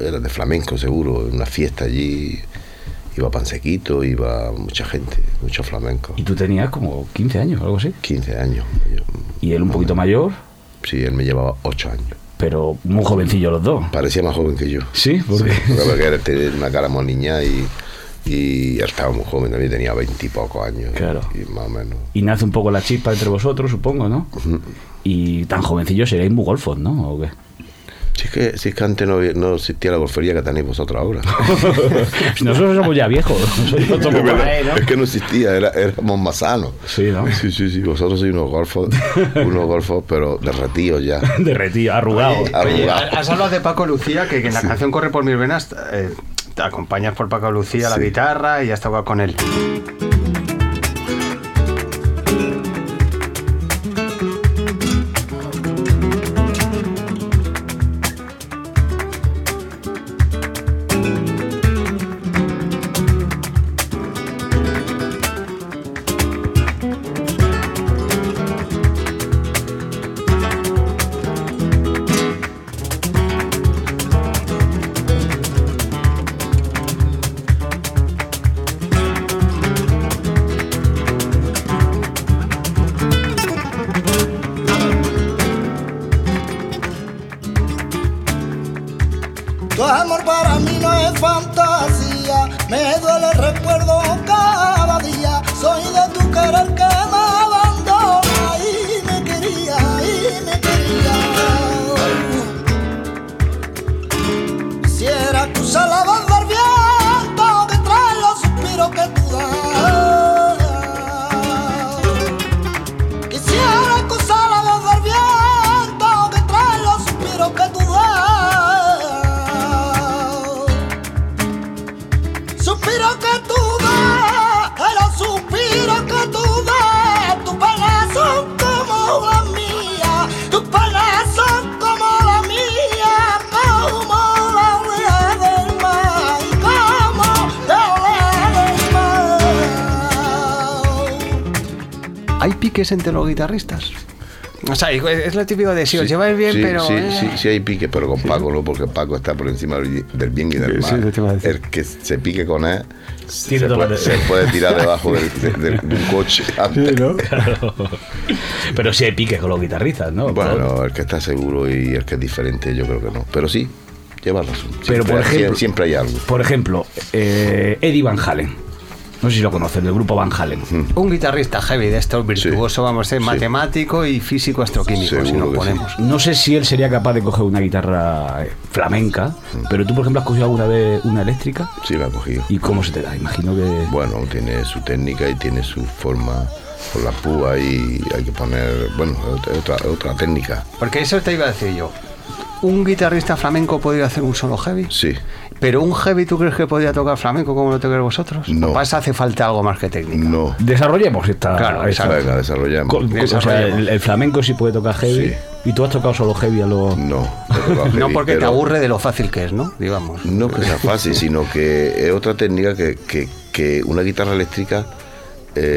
era de flamenco seguro, en una fiesta allí iba Pansequito, iba mucha gente, muchos flamencos.
Y tú tenías como 15 años, algo así.
15 años. yo-
Y él un poquito mayor,
sí, él me llevaba 8 años.
pero muy jovencillo los dos.
Parecía más joven que yo.
Sí, porque
Porque era- tenía una cara muy niña y, y estaba muy joven también, tenía 20 y pocos años.
Claro.
Y más o menos.
Y nace un poco la chispa entre vosotros, supongo, ¿no? Y tan jovencillos seríais muy golfos, ¿no? ¿O qué?
Si es que, si es que antes no, había- no existía la golfería que tenéis vosotros ahora.
Nosotros somos ya viejos. Nosotros somos
Es verdad,
por ahí, ¿no?
Es que no existía, era, éramos más sanos.
Sí, ¿no?
Sí, sí, sí. Vosotros sois unos golfos, unos golfos, pero derretidos ya.
Derretido, arrugado.
Oye,
Arrugados.
has hablado de Paco Lucía, que, que en la canción Corre por mis venas eh, te acompañas por Paco Lucía a la
Sí.
guitarra y has tocado con él.
Tu amor para mí no es fantasía, me duele el recuerdo cada día. Soy de tu querer que me abandona y me quería, y me quería. Quisiera cruzar la banda al viento que trae los suspiros que tú das. Quisiera excusar la voz del viento que trae los suspiros que tú das.
¿Hay piques entre los guitarristas? O sea, es lo típico de si os lleváis bien,
sí,
pero.
Sí,
eh.
sí, sí hay pique, pero con Paco no, porque Paco está por encima del del bien y del
Sí,
mal.
sí, te iba a decir.
el que se pique con él se
Tiene toda la-
puede, se puede tirar debajo del, del- del- de un coche. antes.
Sí, ¿no?
Pero sí hay piques con los guitarristas, ¿no?
Bueno, el que está seguro y el que es diferente, yo creo que no. Pero sí, lleva razón. Siempre,
Pero, por
hay-
ejemplo-
siempre hay algo.
Por ejemplo, eh, Eddie Van Halen. No sé si lo conocen, del grupo Van Halen.
Un guitarrista heavy de estos virtuoso, vamos a ser
Sí.
matemático y físico astroquímico, si
Seguro
nos
que sí.
ponemos.
No sé si él sería capaz de coger una guitarra eh, flamenca, pero tú, por ejemplo, has cogido alguna vez una eléctrica.
Sí, la ha cogido.
¿Y cómo se te da? Imagino que.
Bueno, tiene su técnica y tiene su forma con la púa y hay que poner, bueno, es otra, es otra técnica.
Porque eso te iba a decir yo. ¿Un guitarrista flamenco podría hacer un solo heavy?
Sí.
¿Pero un heavy tú crees que podría tocar flamenco como lo toquéis vosotros?
No.
¿O pasa hace falta algo más que técnica?
No.
Desarrollemos esta.
Claro,
esta-
exacto.
Venga, desarrollamos.
Co- co- o sea,
Desarrollemos.
el, el flamenco sí puede tocar heavy.
Sí. Mm,
Y tú has tocado solo heavy a los.
No. pero lo
No
heavy,
porque te
pero-
aburre de lo fácil que es, ¿no? Digamos.
No que sea fácil, sino que es otra técnica que, que- que una guitarra eléctrica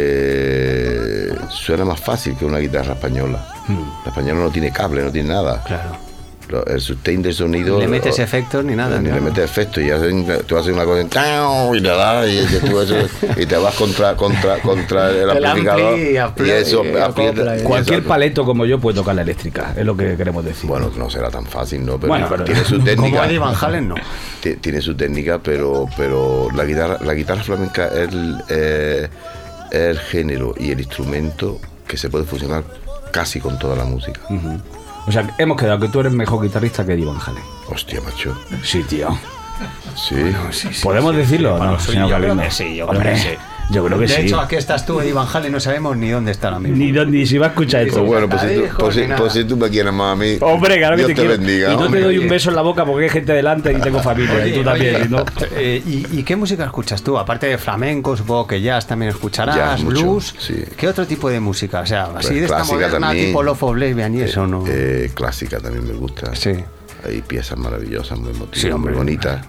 eh, suena más fácil que una guitarra española. La española no tiene cable, no tiene nada.
Hmm. Claro.
Lo- El sustain del sonido.
le metes
o-
efectos ni nada.
Ni le
claro.
metes efecto y hacen, tú haces una cosa en tao, y, te vas, y, y tú eso- y te vas contra, contra, contra el,
El ampli
amplificador
y apl-
eso
y acopla, eh.
aprieta-
y-
Cualquier
Exacto.
paleto como yo puede tocar la eléctrica, es lo que queremos decir.
Bueno, no será tan fácil, ¿no? Pero,
Bueno, pero-
tiene su
como
técnica.
Como Eddie Van Halen, no.
Ti- tiene su técnica, pero, pero la, guitarra, la guitarra flamenca es el, eh, es el género y el instrumento que se puede fusionar casi con toda la música.
Ujú. O sea, hemos quedado que tú eres mejor guitarrista que Eddie Van Halen.
Hostia, macho.
Sí, tío.
Sí. Pues
¿Podemos decirlo? o
Bueno,
no,
sí,
señor
yo creo
Galindo?
que sí, yo creo
Hombre,
que sí.
Yo creo que
de
sí.
hecho, aquí estás tú, Eddie Van Halen, no sabemos ni dónnde está ahora mismo.
Ni, dónde- ni si va a escuchar
Ni
esto.
Pues bueno, pues si, tú,
Hijo
pues
de
si-
nada.
pues si tú me quieres más a mí.
Hombre, claro que
Dios
te, quiero.
bendiga.
y no
hombre.
te doy un beso en la boca porque hay gente delante y tengo familia. y tú también.
Oye,
y no.
eh, ¿y, y qué música escuchas tú? Aparte de flamenco, supongo que jazz también escucharás,
Jazz mucho,
blues.
sí. Pues
¿Qué otro tipo de música? O sea, así de esta
clásica
moderna,
también.
tipo Love of Lesbian y eso, ¿no?
Eh, clásica también me gusta.
Sí.
Hay piezas maravillosas, muy emotivas,
Sí, hombre.
muy bonitas.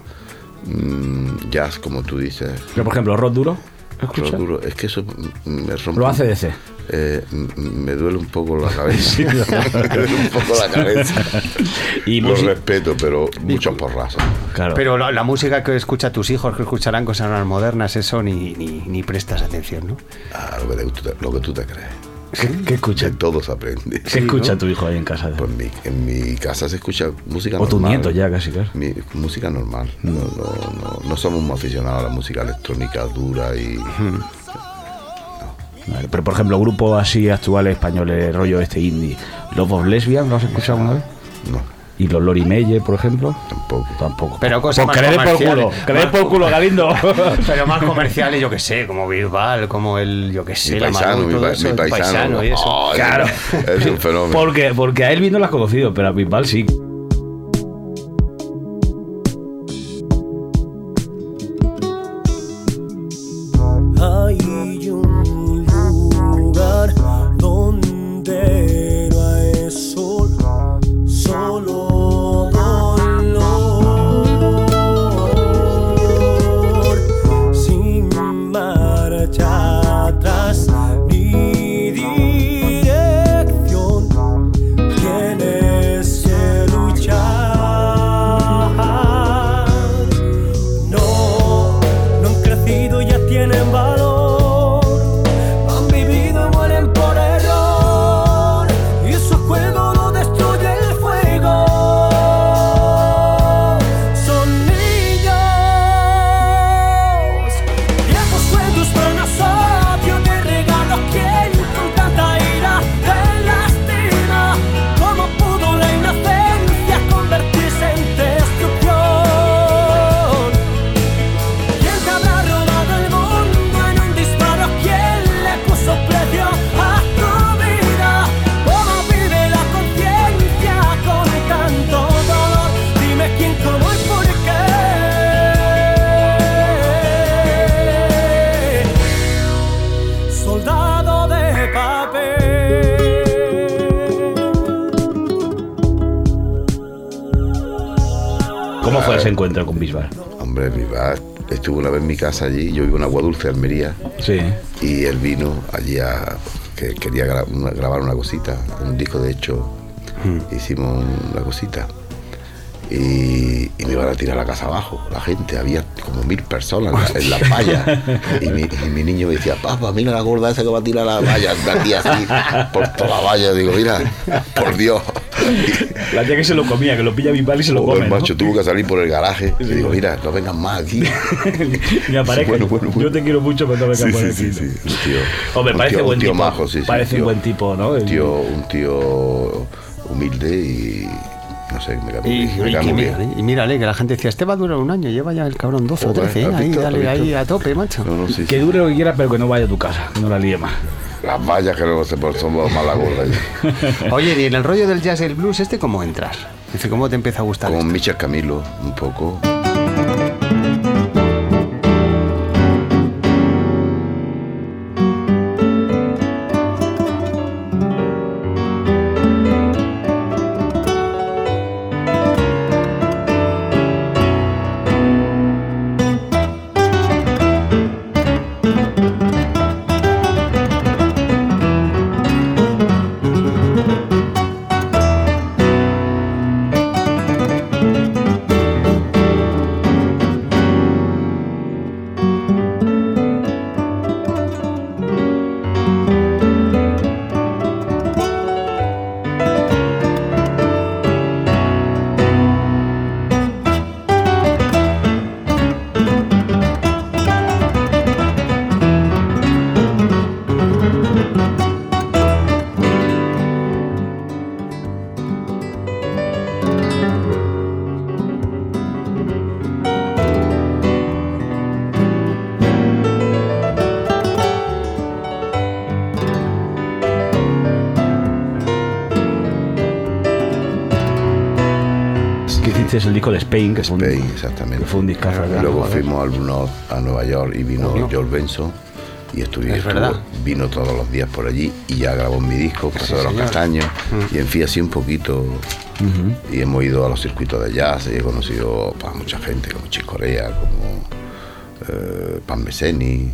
Mm, jazz, como tú dices.
Yo, por ejemplo, Rod Duro.
Lo
¿Escucha?
duro, es que eso mm, me rompe.
Lo hace DC.
Eh, m- me duele un poco la cabeza. me duele un poco la cabeza.
Y
Lo
música-
respeto, pero mucho
pues-
porrazo.
Claro.
Pero la, la música que escucha tus hijos, que escucharán cosas más modernas, eso ni, ni, ni prestas atención, ¿no?
Ah, lo, que tú te, lo que tú te crees.
¿Qué, qué escucha?
De todo se aprende.
¿Qué escucha tu hijo ahí en casa?
Pues en mi, en mi casa se escucha música
o tu
normal.
nieto ya, casi, claro.
Mi- música normal. No, no, no, no somos muy aficionados a la música electrónica dura y.
Hmm. Vale, Pero, por ejemplo, grupos así actuales españoles, rollo este indie. Love of Lesbian, ¿lo has escuchado alguna vez?
No,
Y los Lori Melle, por ejemplo.
tampoco.
Tampoco.
Pero cosas
pues
más
creed por
comerciales.
culo. Creed por culo, Galindo.
Pero más comerciales, yo que sé, como Bisbal, como el, yo que sé,
Mi
la
paisano,
Malú,
mi,
todo
pa-
eso,
mi
el
paisano.
paisano y eso.
Ay,
Claro.
Es un fenómeno.
porque, porque a Elvis no lo has conocido, pero a Bisbal sí.
Hay un lugar donde no hay sol, solo dolor, sin marcha atrás ni dirección. Tienes que luchar. No, no han crecido, ya tienen valor. Han vivido y mueren por error. Y su juego lo destruye el fuego. Son niños. Viejos sueños vanos, odio de regalos. Quien con tanta ira te lastima. ¿Cómo pudo la inocencia convertirse en destrucción? ¿Quién te habrá robado el mundo en un disparo? ¿Quién le puso precio a tu vida? ¿Cómo vive la conciencia con tanto dolor? Dime quién, cómo y por qué. Soldado de papel.
¿Cómo fue ese encuentro con Bisbal?
Hombre, mi papá estuvo una vez en mi casa allí, yo vivo en Agua Dulce, Almería,
Sí.
y él vino allí a que quería gra- una- grabar una cosita, un disco de hecho,
Hmm.
hicimos una cosita. Y, y me iban a tirar la casa abajo, la gente, había como mil personas en la- en la valla. Y mi, y mi niño me decía, papá, mira la gorda esa que va a tirar la valla, la tía así, por toda la valla. Digo, mira, por Dios.
La tía que se lo comía, que lo pilla mi padre y se lo
Pobre
come. ¿no?
macho tuvo que salir por el garaje. Y digo, mira, no vengas más aquí.
Ni aparezca.
Bueno, bueno, bueno.
Yo te quiero mucho, pero no me
Sí,
por
sí,
aquí.
sí,
¿no?
sí, un tío.
Hombre,
un
parece
tío- un
buen
tío
tipo.
majo, sí, sí,
Parece un
tío-
buen tipo, ¿no?
Un
El-
tío, un tío humilde y no sé, me cae muy
Y,
bien, me
y
cae
que
muy bien.
mírale, y mírale, que la gente decía, este va a durar un año, lleva ya el cabrón 12 o
Joder,
13, ¿eh?
¿has
ahí,
visto? ¿has
dale,
visto?
ahí a tope, macho.
No, no, sí,
Que
sí.
dure lo que quiera, pero que no vaya a tu casa, que no la líe más.
Las vallas que no se por somos mala gorda. yo.
Oye, y en el rollo del jazz y el blues, ¿este cómo entras? Dice, ¿cómo te empieza a gustar?
Con
esto?
Michel Camilo, un poco.
Que hiciste el disco de Spain, que fue un,
Spain, exactamente.
que fue un discazo, ¿verdad?
Luego fuimos al Bruno- a Nueva York y vino George Benson. Y estuve,
Es
estuvo-
verdad.
vino todos los días por allí y ya grabó mi disco, Paso de los Castaños.
Mm.
Y en fin, así un poquito. Y hemos ido a los circuitos de jazz y he conocido a mucha gente, como Chis Corea, como eh, Pan Meceni.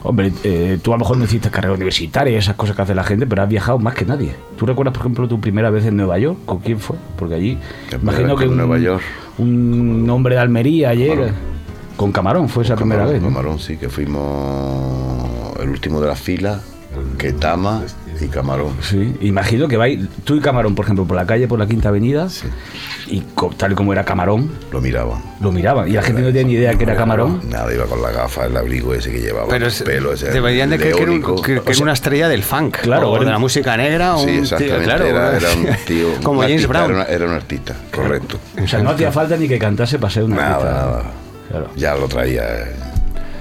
Hombre, eh, tú a lo mejor no hiciste carrera universitaria y esas cosas que hace la gente, pero has viajado más que nadie. ¿Tú recuerdas, por ejemplo, tu primera vez en Nueva York? ¿Con quién fue? Porque allí,
La primera
imagino
vez
que
en
un,
Nueva York.
un hombre de Almería llega. Con Camarón fue esa primera
Camarón,
vez. ¿no?
Camarón, sí, que fuimos el último de la fila, Ketama
este.
y Camarón.
Sí, imagino que vais tú y Camarón, por ejemplo, por la calle, por la Quinta Avenida,
Sí.
y co- tal y como era Camarón,
Lo miraban.
lo miraban. Y la gente no tenía ni idea que era Camarón.
Nada, iba con la gafa, el abrigo ese que llevaba,
Pero
el
es-
Ah, pelo ese.
deberían de creer que era, un-
leónico.
que- que
O sea,
era una estrella del funk,
Claro,
o
era
de
un-
la música negra, o un
Sí,
tío,
exactamente,
claro,
era,
una-
era un tío. un
como James
artista,
Brown.
Era, una- era un artista, correcto.
O sea, no hacía falta ni que cantase para ser una
Nada,
artista.
nada.
Claro.
Ya lo traía. eh.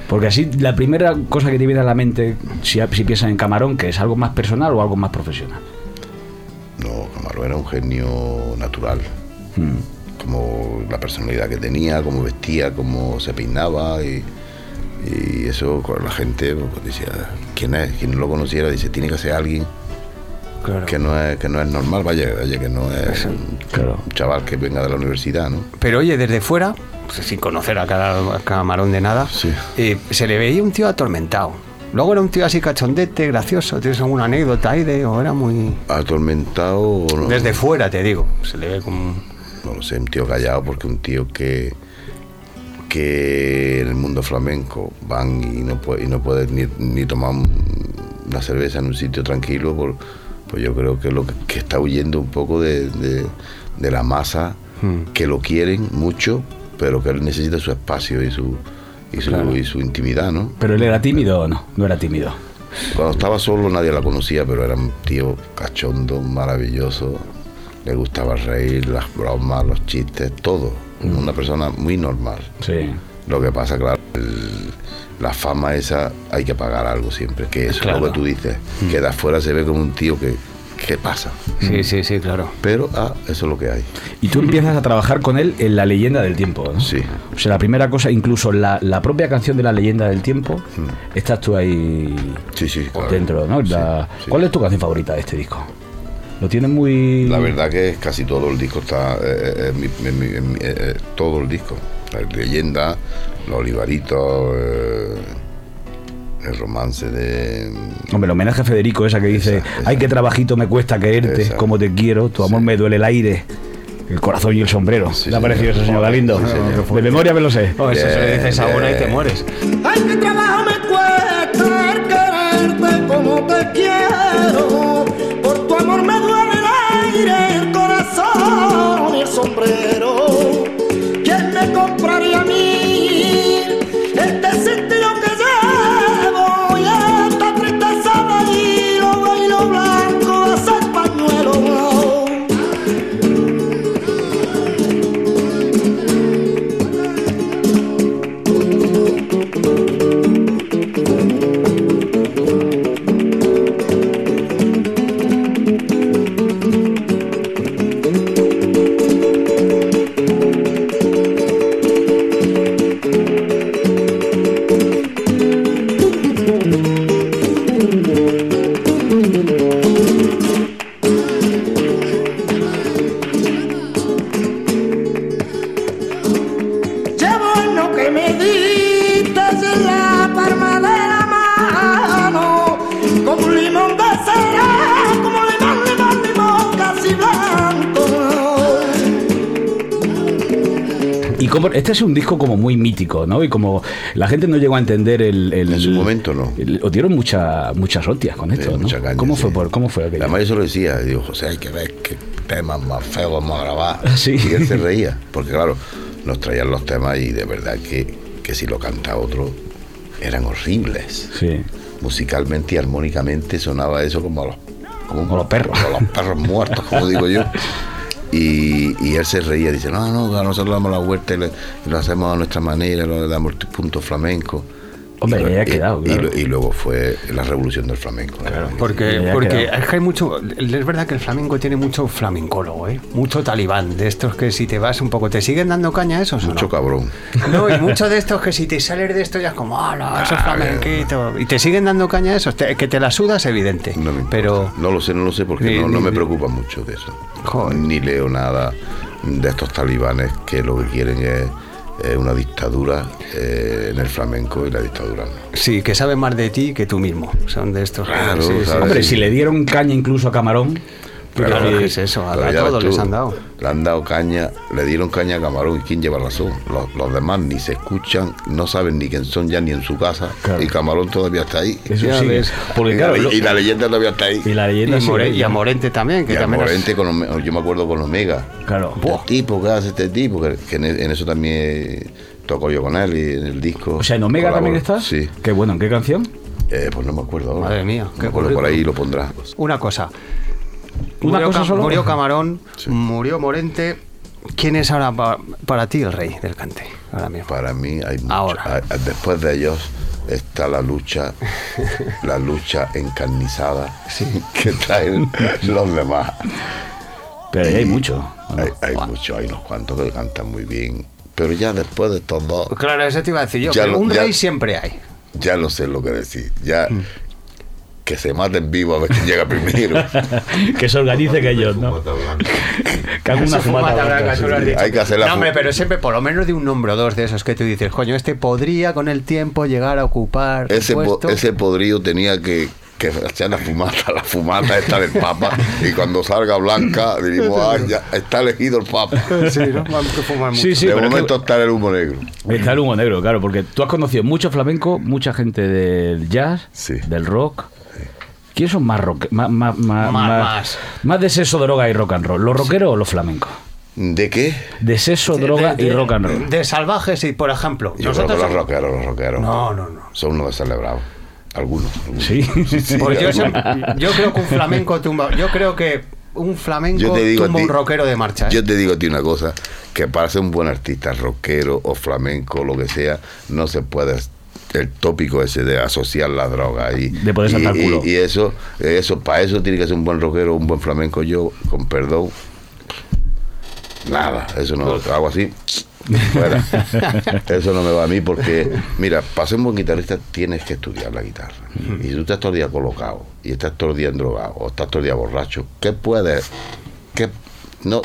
Porque así, la primera cosa que te viene a la mente si, si piensas en Camarón, que es algo más personal o algo más profesional.
No, Camarón era un genio natural. Como la personalidad que tenía, cómo vestía, cómo se peinaba y, y eso con la gente pues, decía, ¿quién es? Quien no lo conociera dice, tiene que ser alguien
Claro.
que no es, que no es normal, vaya, vaya que no es un
Claro.
chaval que venga de la universidad, ¿no?
Pero oye, desde fuera, pues, sin conocer a cada a camarón de nada,
Sí.
eh, se le veía un tío atormentado. Luego era un tío así cachondete, gracioso. ¿Tienes alguna anécdota ahí de.? O era muy.
Atormentado o no,
Desde fuera, te digo. Se le ve como. un-
no lo sé, un tío callado porque un tío que que en el mundo flamenco van y no puede, y no puede ni, ni tomar un- una cerveza en un sitio tranquilo, por- pues yo creo que lo que, que está huyendo un poco de, de- de la masa, que lo quieren mucho, pero que él necesita su espacio y su, y su, y su intimidad, ¿no?
Pero él era tímido o no, no era tímido.
Cuando estaba solo nadie la conocía, pero era un tío cachondo, maravilloso. Le gustaba reír, las bromas, los chistes, todo. Una persona muy normal.
Sí.
Lo que pasa, claro, el- la fama esa hay que pagar algo siempre. Que eso es
Claro.
lo que tú dices. Que de afuera se ve como un tío que, ¿qué pasa?
Sí, sí, sí, claro.
Pero, ah, eso es lo que hay.
Y tú empiezas a trabajar con él en La Leyenda del Tiempo, ¿no?
Sí.
O sea, la primera cosa, incluso la, la propia canción de La Leyenda del Tiempo, estás tú ahí
Sí, Mm. sí. claro.
dentro, ¿no? La-
Sí, sí.
¿Cuál es tu canción favorita de este disco? Lo tienes muy...
La verdad que casi todo el disco está, eh, eh, eh, mi- mi- mi- mi- eh, eh, todo el disco. La leyenda, los olivaritos, eh, el romance de...
Hombre, el homenaje a Federico, esa que dice,
Esa, esa.
ay, qué trabajito me cuesta quererte,
Esa.
como te quiero, tu amor me duele el aire, el corazón y el sombrero.
Sí,
¿Le ha
señor.
parecido eso, señor Galindo?
Sí, señor.
de memoria me lo sé.
Oh, eso se lo
Bien,
dices a una y te
bien.
mueres.
Ay, qué trabajo me cuesta el quererte como te quiero. Por tu amor me duele el aire, el corazón y el sombrero. ¿Quién me compraría a mí este sentido que llevo y esta tristeza de hilo, de hilo blanco, de ese pañuelo? Llevo lo que me diste en la palma de la mano, como un limón de cera, como un limón, limón, limón, casi blanco.
Y como, este es un disco como muy mítico, ¿no? Y como la gente no llegó a entender el... el-
En su momento, no.
el- os dieron mucha- muchas hostias con esto,
Eh,
¿no?
mucha caña,
¿Cómo, fue
sí.
por, ¿Cómo fue aquello?
Además yo se lo decía, digo, José, hay que ver qué temas más feos vamos a grabar.
Sí.
Y él se reía, porque claro, nos traían los temas y de verdad que, que si lo canta otro, eran horribles.
Sí.
Musicalmente y armónicamente sonaba eso como a los, como un-
Como los perros.
como los perros muertos, como digo yo. Y, y él se reía, dice, no, no, nosotros le damos la vuelta y, le- y lo hacemos a nuestra manera, le damos el punto flamenco.
Hombre,
Y lo-
ya ha
y-
quedado,
y
claro.
lo- Y, luego fue la revolución del flamenco. la verdad que sí.
Sí, ya
Porque,
ha
porque
quedado.
es que hay mucho. Es verdad que el flamenco tiene mucho flamencólogo, ¿eh? Mucho talibán, de estos que si te vas un poco, ¿te siguen dando caña esos? o
Mucho
no?
cabrón.
No, y mucho de estos que si te sales de esto ya es como, ¡hala! Eso es
Ah, bien.
flamenquito. Y te siguen dando caña esos. te- que te la sudas, evidente.
No me importa.
pero.
no lo sé, no lo sé, porque
Ni-
no, no
ni-
me preocupa mucho de eso.
Joder.
Ni leo nada de estos talibanes que lo que quieren es eh, una dictadura eh, en el flamenco y la dictadura no.
Sí, que saben más de ti que tú mismo. Son de estos. que-
Claro,
sí, sí,
¿sabes?
Hombre,
Sí.
si le dieron caña incluso a Camarón...
Pero
Claro,
¿qué
sí.
es eso? A-
Pero
a
ya ves
todos
tú,
les han dado.
Le han dado caña, le dieron caña a Camarón y quién lleva razón. Los, los demás ni se escuchan, no saben ni quién son ya ni en su casa.
Claro.
Y Camarón todavía está ahí.
Eso
Ya
sigue.
ves.
Porque
y,
claro...
la,
lo-
y la leyenda todavía está ahí.
y la
Y,
leyenda
a
sigue,
More- y a
¿no?
Morente también, que
Y al
también. es-
Morente con Ome- yo me acuerdo con Omega.
Claro.
Este tipo, ¿qué hace este tipo? Que, que en, en eso también eh, toco yo con él y en el disco.
O sea, en Omega
colaboro.
también estás.
Sí.
Qué bueno, ¿en qué canción?
Eh, pues no me acuerdo ahora.
Madre mía,
No
qué
me acuerdo, por
currículum.
ahí lo pondrá.
Una cosa.
¿Una
murió,
cosa
Ca-
solo?
murió Camarón,
Sí.
murió Morente. ¿Quién es ahora pa- para ti el rey del cante? Ahora mismo.
Para mí hay mucho-
Ahora.
hay- después de ellos está la lucha, la lucha encarnizada que traen los demás.
Pero ahí hay
Y
mucho. ¿o no?
Hay, hay muchos, hay unos cuantos que cantan muy bien. Pero ya después de estos dos,
Claro, eso te iba a decir yo.
Ya
que
lo-
un
ya-
rey siempre hay.
ya no sé lo que decir. Ya
Mm.
que se maten vivo a ver quién llega primero.
que se organice que ellos, ¿no? que haga una
Eso fumata
fumata
blanca,
blanca, sí.
tú lo has dicho.
Hay que hacer la
No, hombre,
fu-
pero siempre por lo menos de un nombre o dos de esos que tú dices, coño, este podría con el tiempo llegar a ocupar
ese, po-
puesto.
ese podrido tenía que, que hacer la fumata, la fumata esta del Papa. y cuando salga blanca, diríamos, ah, ya está elegido el Papa.
Sí, ¿no? Vamos que fumar mucho.
Sí, sí,
de
pero es que
momento está el humo negro.
está el humo negro, claro, porque tú has conocido mucho flamenco, mucha gente del jazz,
Sí.
del rock. ¿Quiénes son más rock, más, más,
Más,
más, más,
más.
más de sexo, droga y rock and roll? ¿Los rockeros o los flamencos?
¿De qué?
De sexo,
De-
droga
de-
y rock and roll.
De salvajes y, por ejemplo,
Yo creo que los
somos-
rockeros, los rockeros.
No, no, no.
Son unos descelebrados. Algunos. algunos.
Sí.
Pues yo,
algunos.
siempre- yo creo que un flamenco tumba. Yo creo que un flamenco
Yo te digo a
tumba
ti-
un rockero de marcha. ¿eh?
Yo te digo a ti una cosa, que para ser un buen artista, rockero o flamenco, lo que sea, no se puede el tópico ese de asociar la droga y
De poder saltar
y,
culo.
y- y eso eso para eso tiene que ser un buen rockero un buen flamenco yo con perdón nada eso no hago así fuera eso no me va a mí porque mira para ser un buen guitarrista tienes que estudiar la guitarra y si tú estás todo el día colocado y estás todo el día drogado o estás todo el día borracho ¿qué puedes qué No,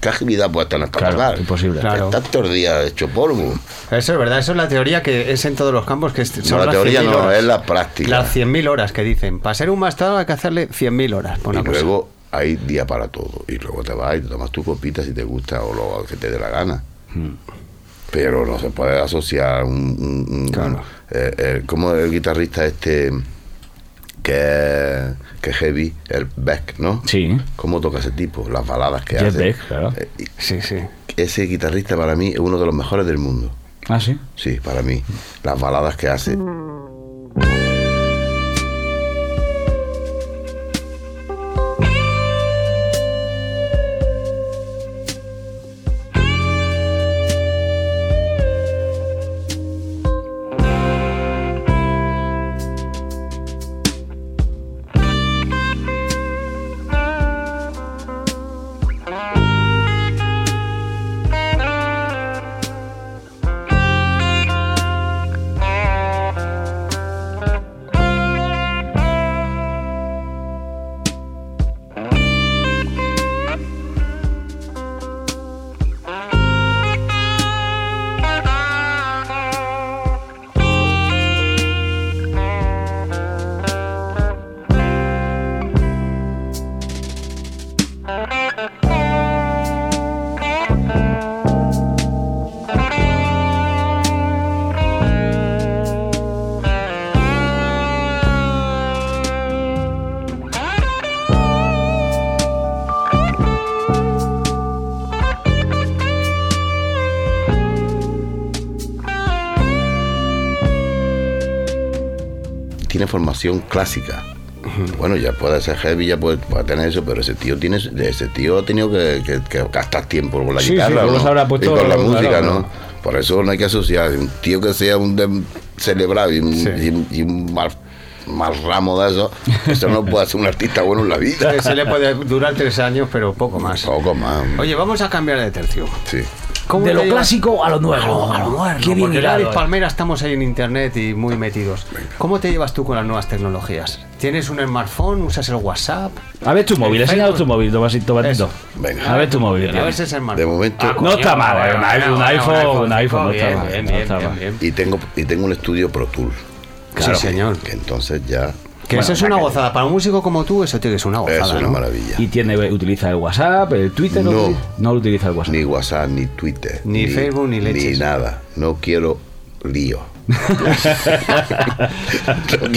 casi vida puede tener para
Claro,
tocar.
imposible.
Claro.
Estás todo el día hecho polvo.
Eso es verdad, eso es la teoría que es en todos los campos. que es- son
No, la
las
teoría
100.000
no,
horas.
es la práctica.
Las 100.000 horas que dicen. Para ser un bastardo hay que hacerle 100.000 horas. pues por
y
una cosa.
luego hay día para todo. Y luego te vas y te tomas tu copita si te gusta o lo que te dé la gana. Pero no se puede asociar un... un- un-
Claro.
eh, eh, como el guitarrista este que es- que es heavy, el Beck, ¿no?
Sí.
¿Cómo toca ese tipo? Las baladas que
Jeff
hace.
Beck, claro.
Eh, y
Sí, sí.
ese guitarrista para mí es uno de los mejores del mundo.
Ah, sí.
Sí, para mí. Las baladas que hace. tiene formación clásica. Bueno, ya puede ser heavy, ya puede, puede tener eso, pero ese tío tiene, ese tío ha tenido que, que- que gastar tiempo con la
Sí, sí,
guitarra
luego
¿no?
se habrá
y
puesto-
con la
claro,
música,
claro.
¿no? Por eso no hay que asociar un tío que sea un dem- celebrado y un,
Sí.
y un- y un mal, mal ramo de eso, eso no puede ser un artista bueno en la vida.
Se le puede durar tres años, pero poco más.
Poco más.
Oye, vamos a cambiar de tercio.
Sí.
¿Cómo
De
le
lo
llevas-
clásico a lo nuevo.
A lo moderno,
Qué bien
porque
hilado,
Lares
eh.
Palmera estamos ahí en internet y muy metidos. ¿Cómo te llevas tú con las nuevas tecnologías? ¿Tienes un smartphone? ¿Usas el WhatsApp?
A ver tu móvil, enseñado tu móvil, Tomasito Batito.
Eso.
Venga.
A ver tu móvil.
A
tío.
ver si es el
De
smartphone.
momento.
No está mal, eh, un iPhone, un iPhone, un iPhone, no
Bien, bien,
está mal, no
bien,
está
bien,
mal.
bien.
Y tengo, y tengo un estudio Pro Tool.
Claro. Sí,
Ah.
señor.
Que entonces ya.
Que eso es una gozada. Para un músico como tú, eso tiene que ser una gozada.
es una
¿no?
maravilla.
Y tiene, utiliza el WhatsApp, el Twitter.
No.
utiliza- no lo utiliza el WhatsApp.
ni WhatsApp, ni Twitter,
Ni Facebook, ni
Ni
leches.
nada. No quiero lío. no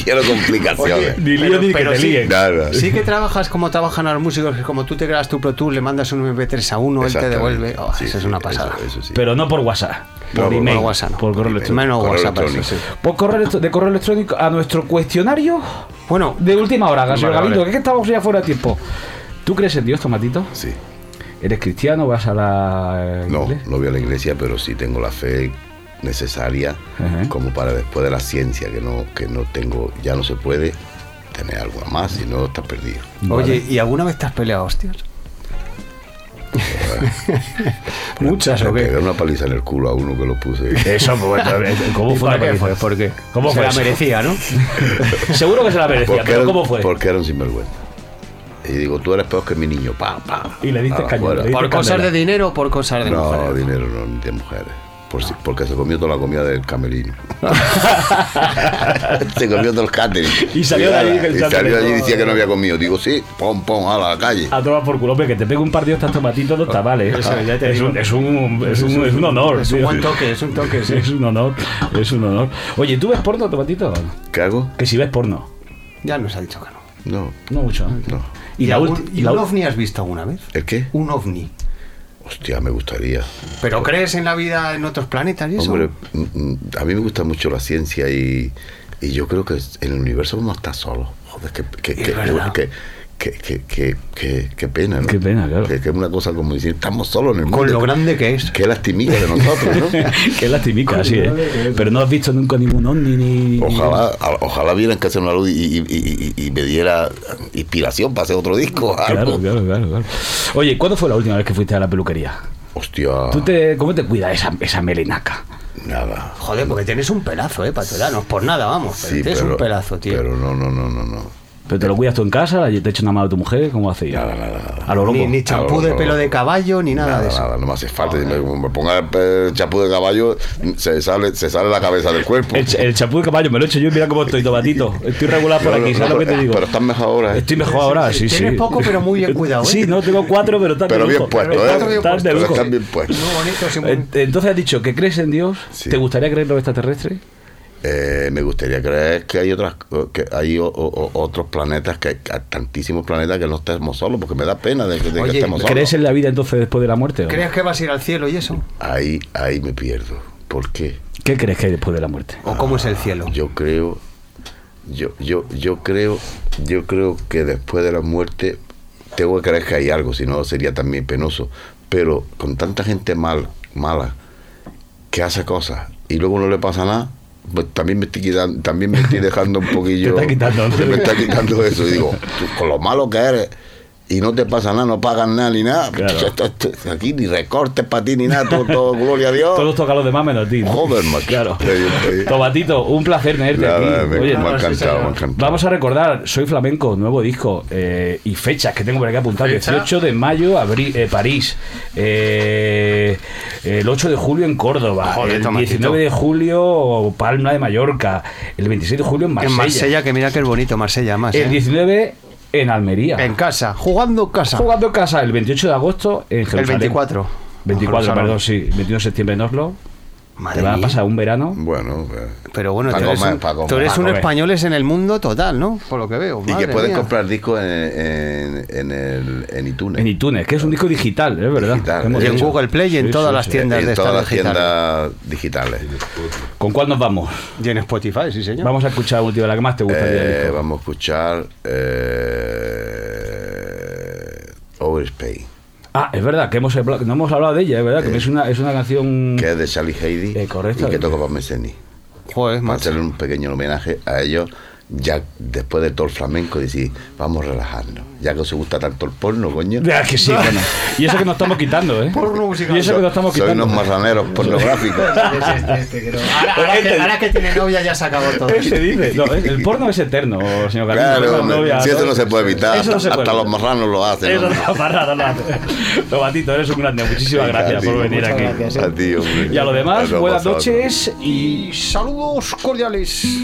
quiero complicaciones.
Ni lío ni que te
sí,
líen.
Nada.
Sí que trabajas como trabajan los músicos, que como tú te creas tu Pro Tool, le mandas un MP3 a uno, él te
Exactamente.
devuelve. Oh,
Sí,
eso es
sí,
una pasada.
Eso, eso sí.
Pero no por WhatsApp. Por
por
email.
WhatsApp, no.
Por correo
Email.
electrónico.
Menos
Correo
WhatsApp, eso
electrónico.
sí.
Por correo electro- de correo electrónico a nuestro cuestionario
Bueno,
de última hora, Gasol
Vale,
Galindo,
vale.
que es que estamos ya fuera de tiempo. ¿Tú crees en Dios, Tomatito?
Sí.
¿Eres cristiano? ¿Vas a la
No,
iglesia?
no voy a la iglesia, pero sí tengo la fe necesaria
Ajá.
como para después de la ciencia que no, que no tengo, ya no se puede tener algo más, si no estás perdido.
oye, ¿y alguna vez te has peleado, hostias? Muchas, ¿o
Le pegué
qué?
una paliza en el culo a uno que lo puse.
Eso, pues, ¿cómo
¿Y
fue
para
la
qué fue?
paliza?
¿Por qué?
¿Cómo
Se
fue
la
eso?
merecía, ¿no?
Seguro que se la merecía,
Porque
pero
era-
¿cómo fue?
Porque era un sinvergüenza. Y digo, tú eres peor que mi niño. Pa, pa.
Y le diste
Para
cañón,
afuera.
le diste
¿Por cosas
Candela.
de dinero o por cosas de
No,
mujeres?
dinero no, ni de mujeres. Por si- porque se comió toda la comida del camerino. se comió todo el catering.
Y salió de ahí
nada,
el
y
chándal.
salió de allí y decía que no había comido. Digo, sí, pom, pom, a la calle.
A tomar por culo, hombre, que te pegue un partido estas tomatitos no está mal, ¿eh?
Eso, ya te
es,
digo.
un, es, un, es, un, es un honor.
Es un
tío.
buen toque, es un toque, sí.
Es un honor, es un honor. Oye, ¿tú ves porno, Tomatito?
¿Qué hago?
Que si ves porno.
Ya nos ha dicho que no.
No,
No mucho. ¿eh?
no.
Y, la
algún-
ulti-
¿y
y la
un
ul-
ovni has visto alguna vez?
¿El qué?
Un ovni.
Hostia, me gustaría.
¿Pero crees en la vida en otros planetas y eso?
Hombre, mm, mm, a mí me gusta mucho la ciencia y, y yo creo que en el universo vamos a estar solos. Joder, que, que,
Es
que-
verdad.
que- que- que- que- que- que pena, ¿no?
Qué pena, claro.
Que, que es una cosa como decir, estamos solos en el mundo.
Con lo grande que es.
Qué lastimilla de nosotros, ¿no?
Qué lastimica, así, ¿eh? Pero no has visto nunca ningún ovni ni... ni-
Ojalá, a- ojalá vieran que hacer una luz y, y- y- y- y me diera inspiración para hacer otro disco.
Claro,
algo.
claro, claro, claro. Oye, ¿cuándo fue la última vez que fuiste a la peluquería?
Hostia,
¿Tú te, ¿Cómo te cuida esa, esa melenaca?
nada.
Joder, porque tienes un pelazo, eh, Patuela. No es por nada, vamos. Pero
Sí,
tienes
pero-
un pelazo, tío.
Pero no, no, no, no, no.
Pero te lo cuidas tú en casa, te echas una mano a tu mujer, ¿cómo hacéis?
Nada, nada, nada.
A lo loco.
Ni, ni champú de pelo de caballo, ni nada,
Nada,
de eso.
nada, no me hace falta. Si me, me ponga el, eh, chapú de caballo, se sale, se sale la cabeza del cuerpo.
El, el chapú de caballo me lo echo yo y mira cómo estoy, tomatito. Estoy regular por
No, no,
aquí,
no,
¿sabes lo que te
pero-
digo?
Pero estás mejor ahora, ¿eh?
Estoy mejor ahora, sí, sí.
Tienes poco, pero muy bien cuidado, ¿eh?
Sí, no, tengo cuatro, pero están
Pero
de
bien
lujo.
puesto,
Pero
¿eh?
están- están de
Pero
lujo.
están bien puestos.
Muy bonito, sí, muy-
Eh, Entonces has dicho que crees en Dios.
Sí.
¿Te gustaría creer en los extraterrestres?
Eh, me gustaría creer que hay otras que hay o- o- o- otros planetas que que hay tantísimos planetas que no estemos solos porque me da pena de, que- de
Oye,
que estemos solos
¿Crees en la vida entonces después de la muerte? o no?
¿Crees que vas a ir al cielo y eso?
ahí ahí me pierdo ¿por qué?
¿Qué crees que hay después de la muerte?
¿O cómo es el cielo?
yo creo yo yo yo creo yo creo que después de la muerte tengo que creer que hay algo si no sería también penoso pero con tanta gente mal mala que hace cosas y luego no le pasa nada pues también me estoy quitando, también me estoy dejando un poquillo
Te está quitando, ¿no?
me está quitando eso y digo tú, con lo malo que eres y no te pasa nada, no pagas nada ni nada. pues,
Claro.
Esto- esto- aquí ni recortes para ti ni nada, todo, todo, gloria a Dios.
Todos tocan los demás menos a ti. ¿no?
Joder, macho.
Claro.
Te digo, te digo.
Tomatito, un placer tenerte
Nada,
aquí.
me,
Oye,
me ha encantado, me ha encantado.
Vamos a recordar, soy flamenco, nuevo disco eh, y fechas que tengo por aquí apuntado. 18 de mayo, abri- eh, París. Eh, el 8 de julio en Córdoba.
Joder,
el
Tomatito.
19 de julio, Palma de Mallorca. El 26 de julio en Marsella.
En Marsella, que mira que es bonito Marsella más.
El
¿eh?
19 en Almería.
En casa, jugando en casa.
Jugando en casa el 28 de agosto en Jerusalén.
24.
24,
Jerusalén.
perdón, sí. 21 de septiembre en Oslo.
Madre
Te va a
mía.
pasar un verano.
Bueno, pues,
Pero bueno,
Pa'
tú eres,
comer,
un,
pa' comer.
tú eres
Pa'
un
comer.
español es en el mundo total, ¿no? Por lo que veo.
y
madre
que puedes
mía.
comprar discos en, en, en, el, en iTunes.
En iTunes, que es un disco digital, es verdad.
Digital,
Hemos
Y en
dicho.
Google Play y en
Sí,
todas
sí,
las
sí.
En
tiendas de
todas
estas
las
digitales.
tiendas digitales.
¿Con cuál nos vamos?
Y en Spotify, sí, señor.
Vamos a escuchar última, la que más te gusta. del
Eh,
disco.
vamos a escuchar eh, Overspay,
Ah, es verdad, que hemos, habla- no hemos hablado de ella, es verdad, que es una, es una canción...
Eh. que es de Charlie Heidi
Eh, correcto.
y que toca para Messeni.
Joder,
Para
macho.
hacerle un pequeño homenaje a ellos, ya después de todo el flamenco, decir, vamos a relajarnos, ya que os gusta tanto el porno, coño.
Ah, que sí, bueno. Y eso que nos estamos quitando, ¿eh?
Porno musical.
Y eso que nos estamos
Soy
quitando. Ah,
unos marraneros pornográficos.
Ahora, ahora que, ahora que tiene novia ya se acabó todo.
Ese dice, no, ¿eh? el porno es eterno, señor Carlos.
Claro, hombre, si eso no se puede evitar,
Eso no se
hasta
puede
los
evitar.
marranos lo hacen.
Eso
hombre.
no parrada, no hace. Tomatito, eres un grande. Muchísimas
Venga,
gracias
a ti.
por venir
Muchas
aquí.
eh. A ti, hombre.
Y a lo demás,
Nos vemos
buenas
a otro.
noches y
Saludos cordiales.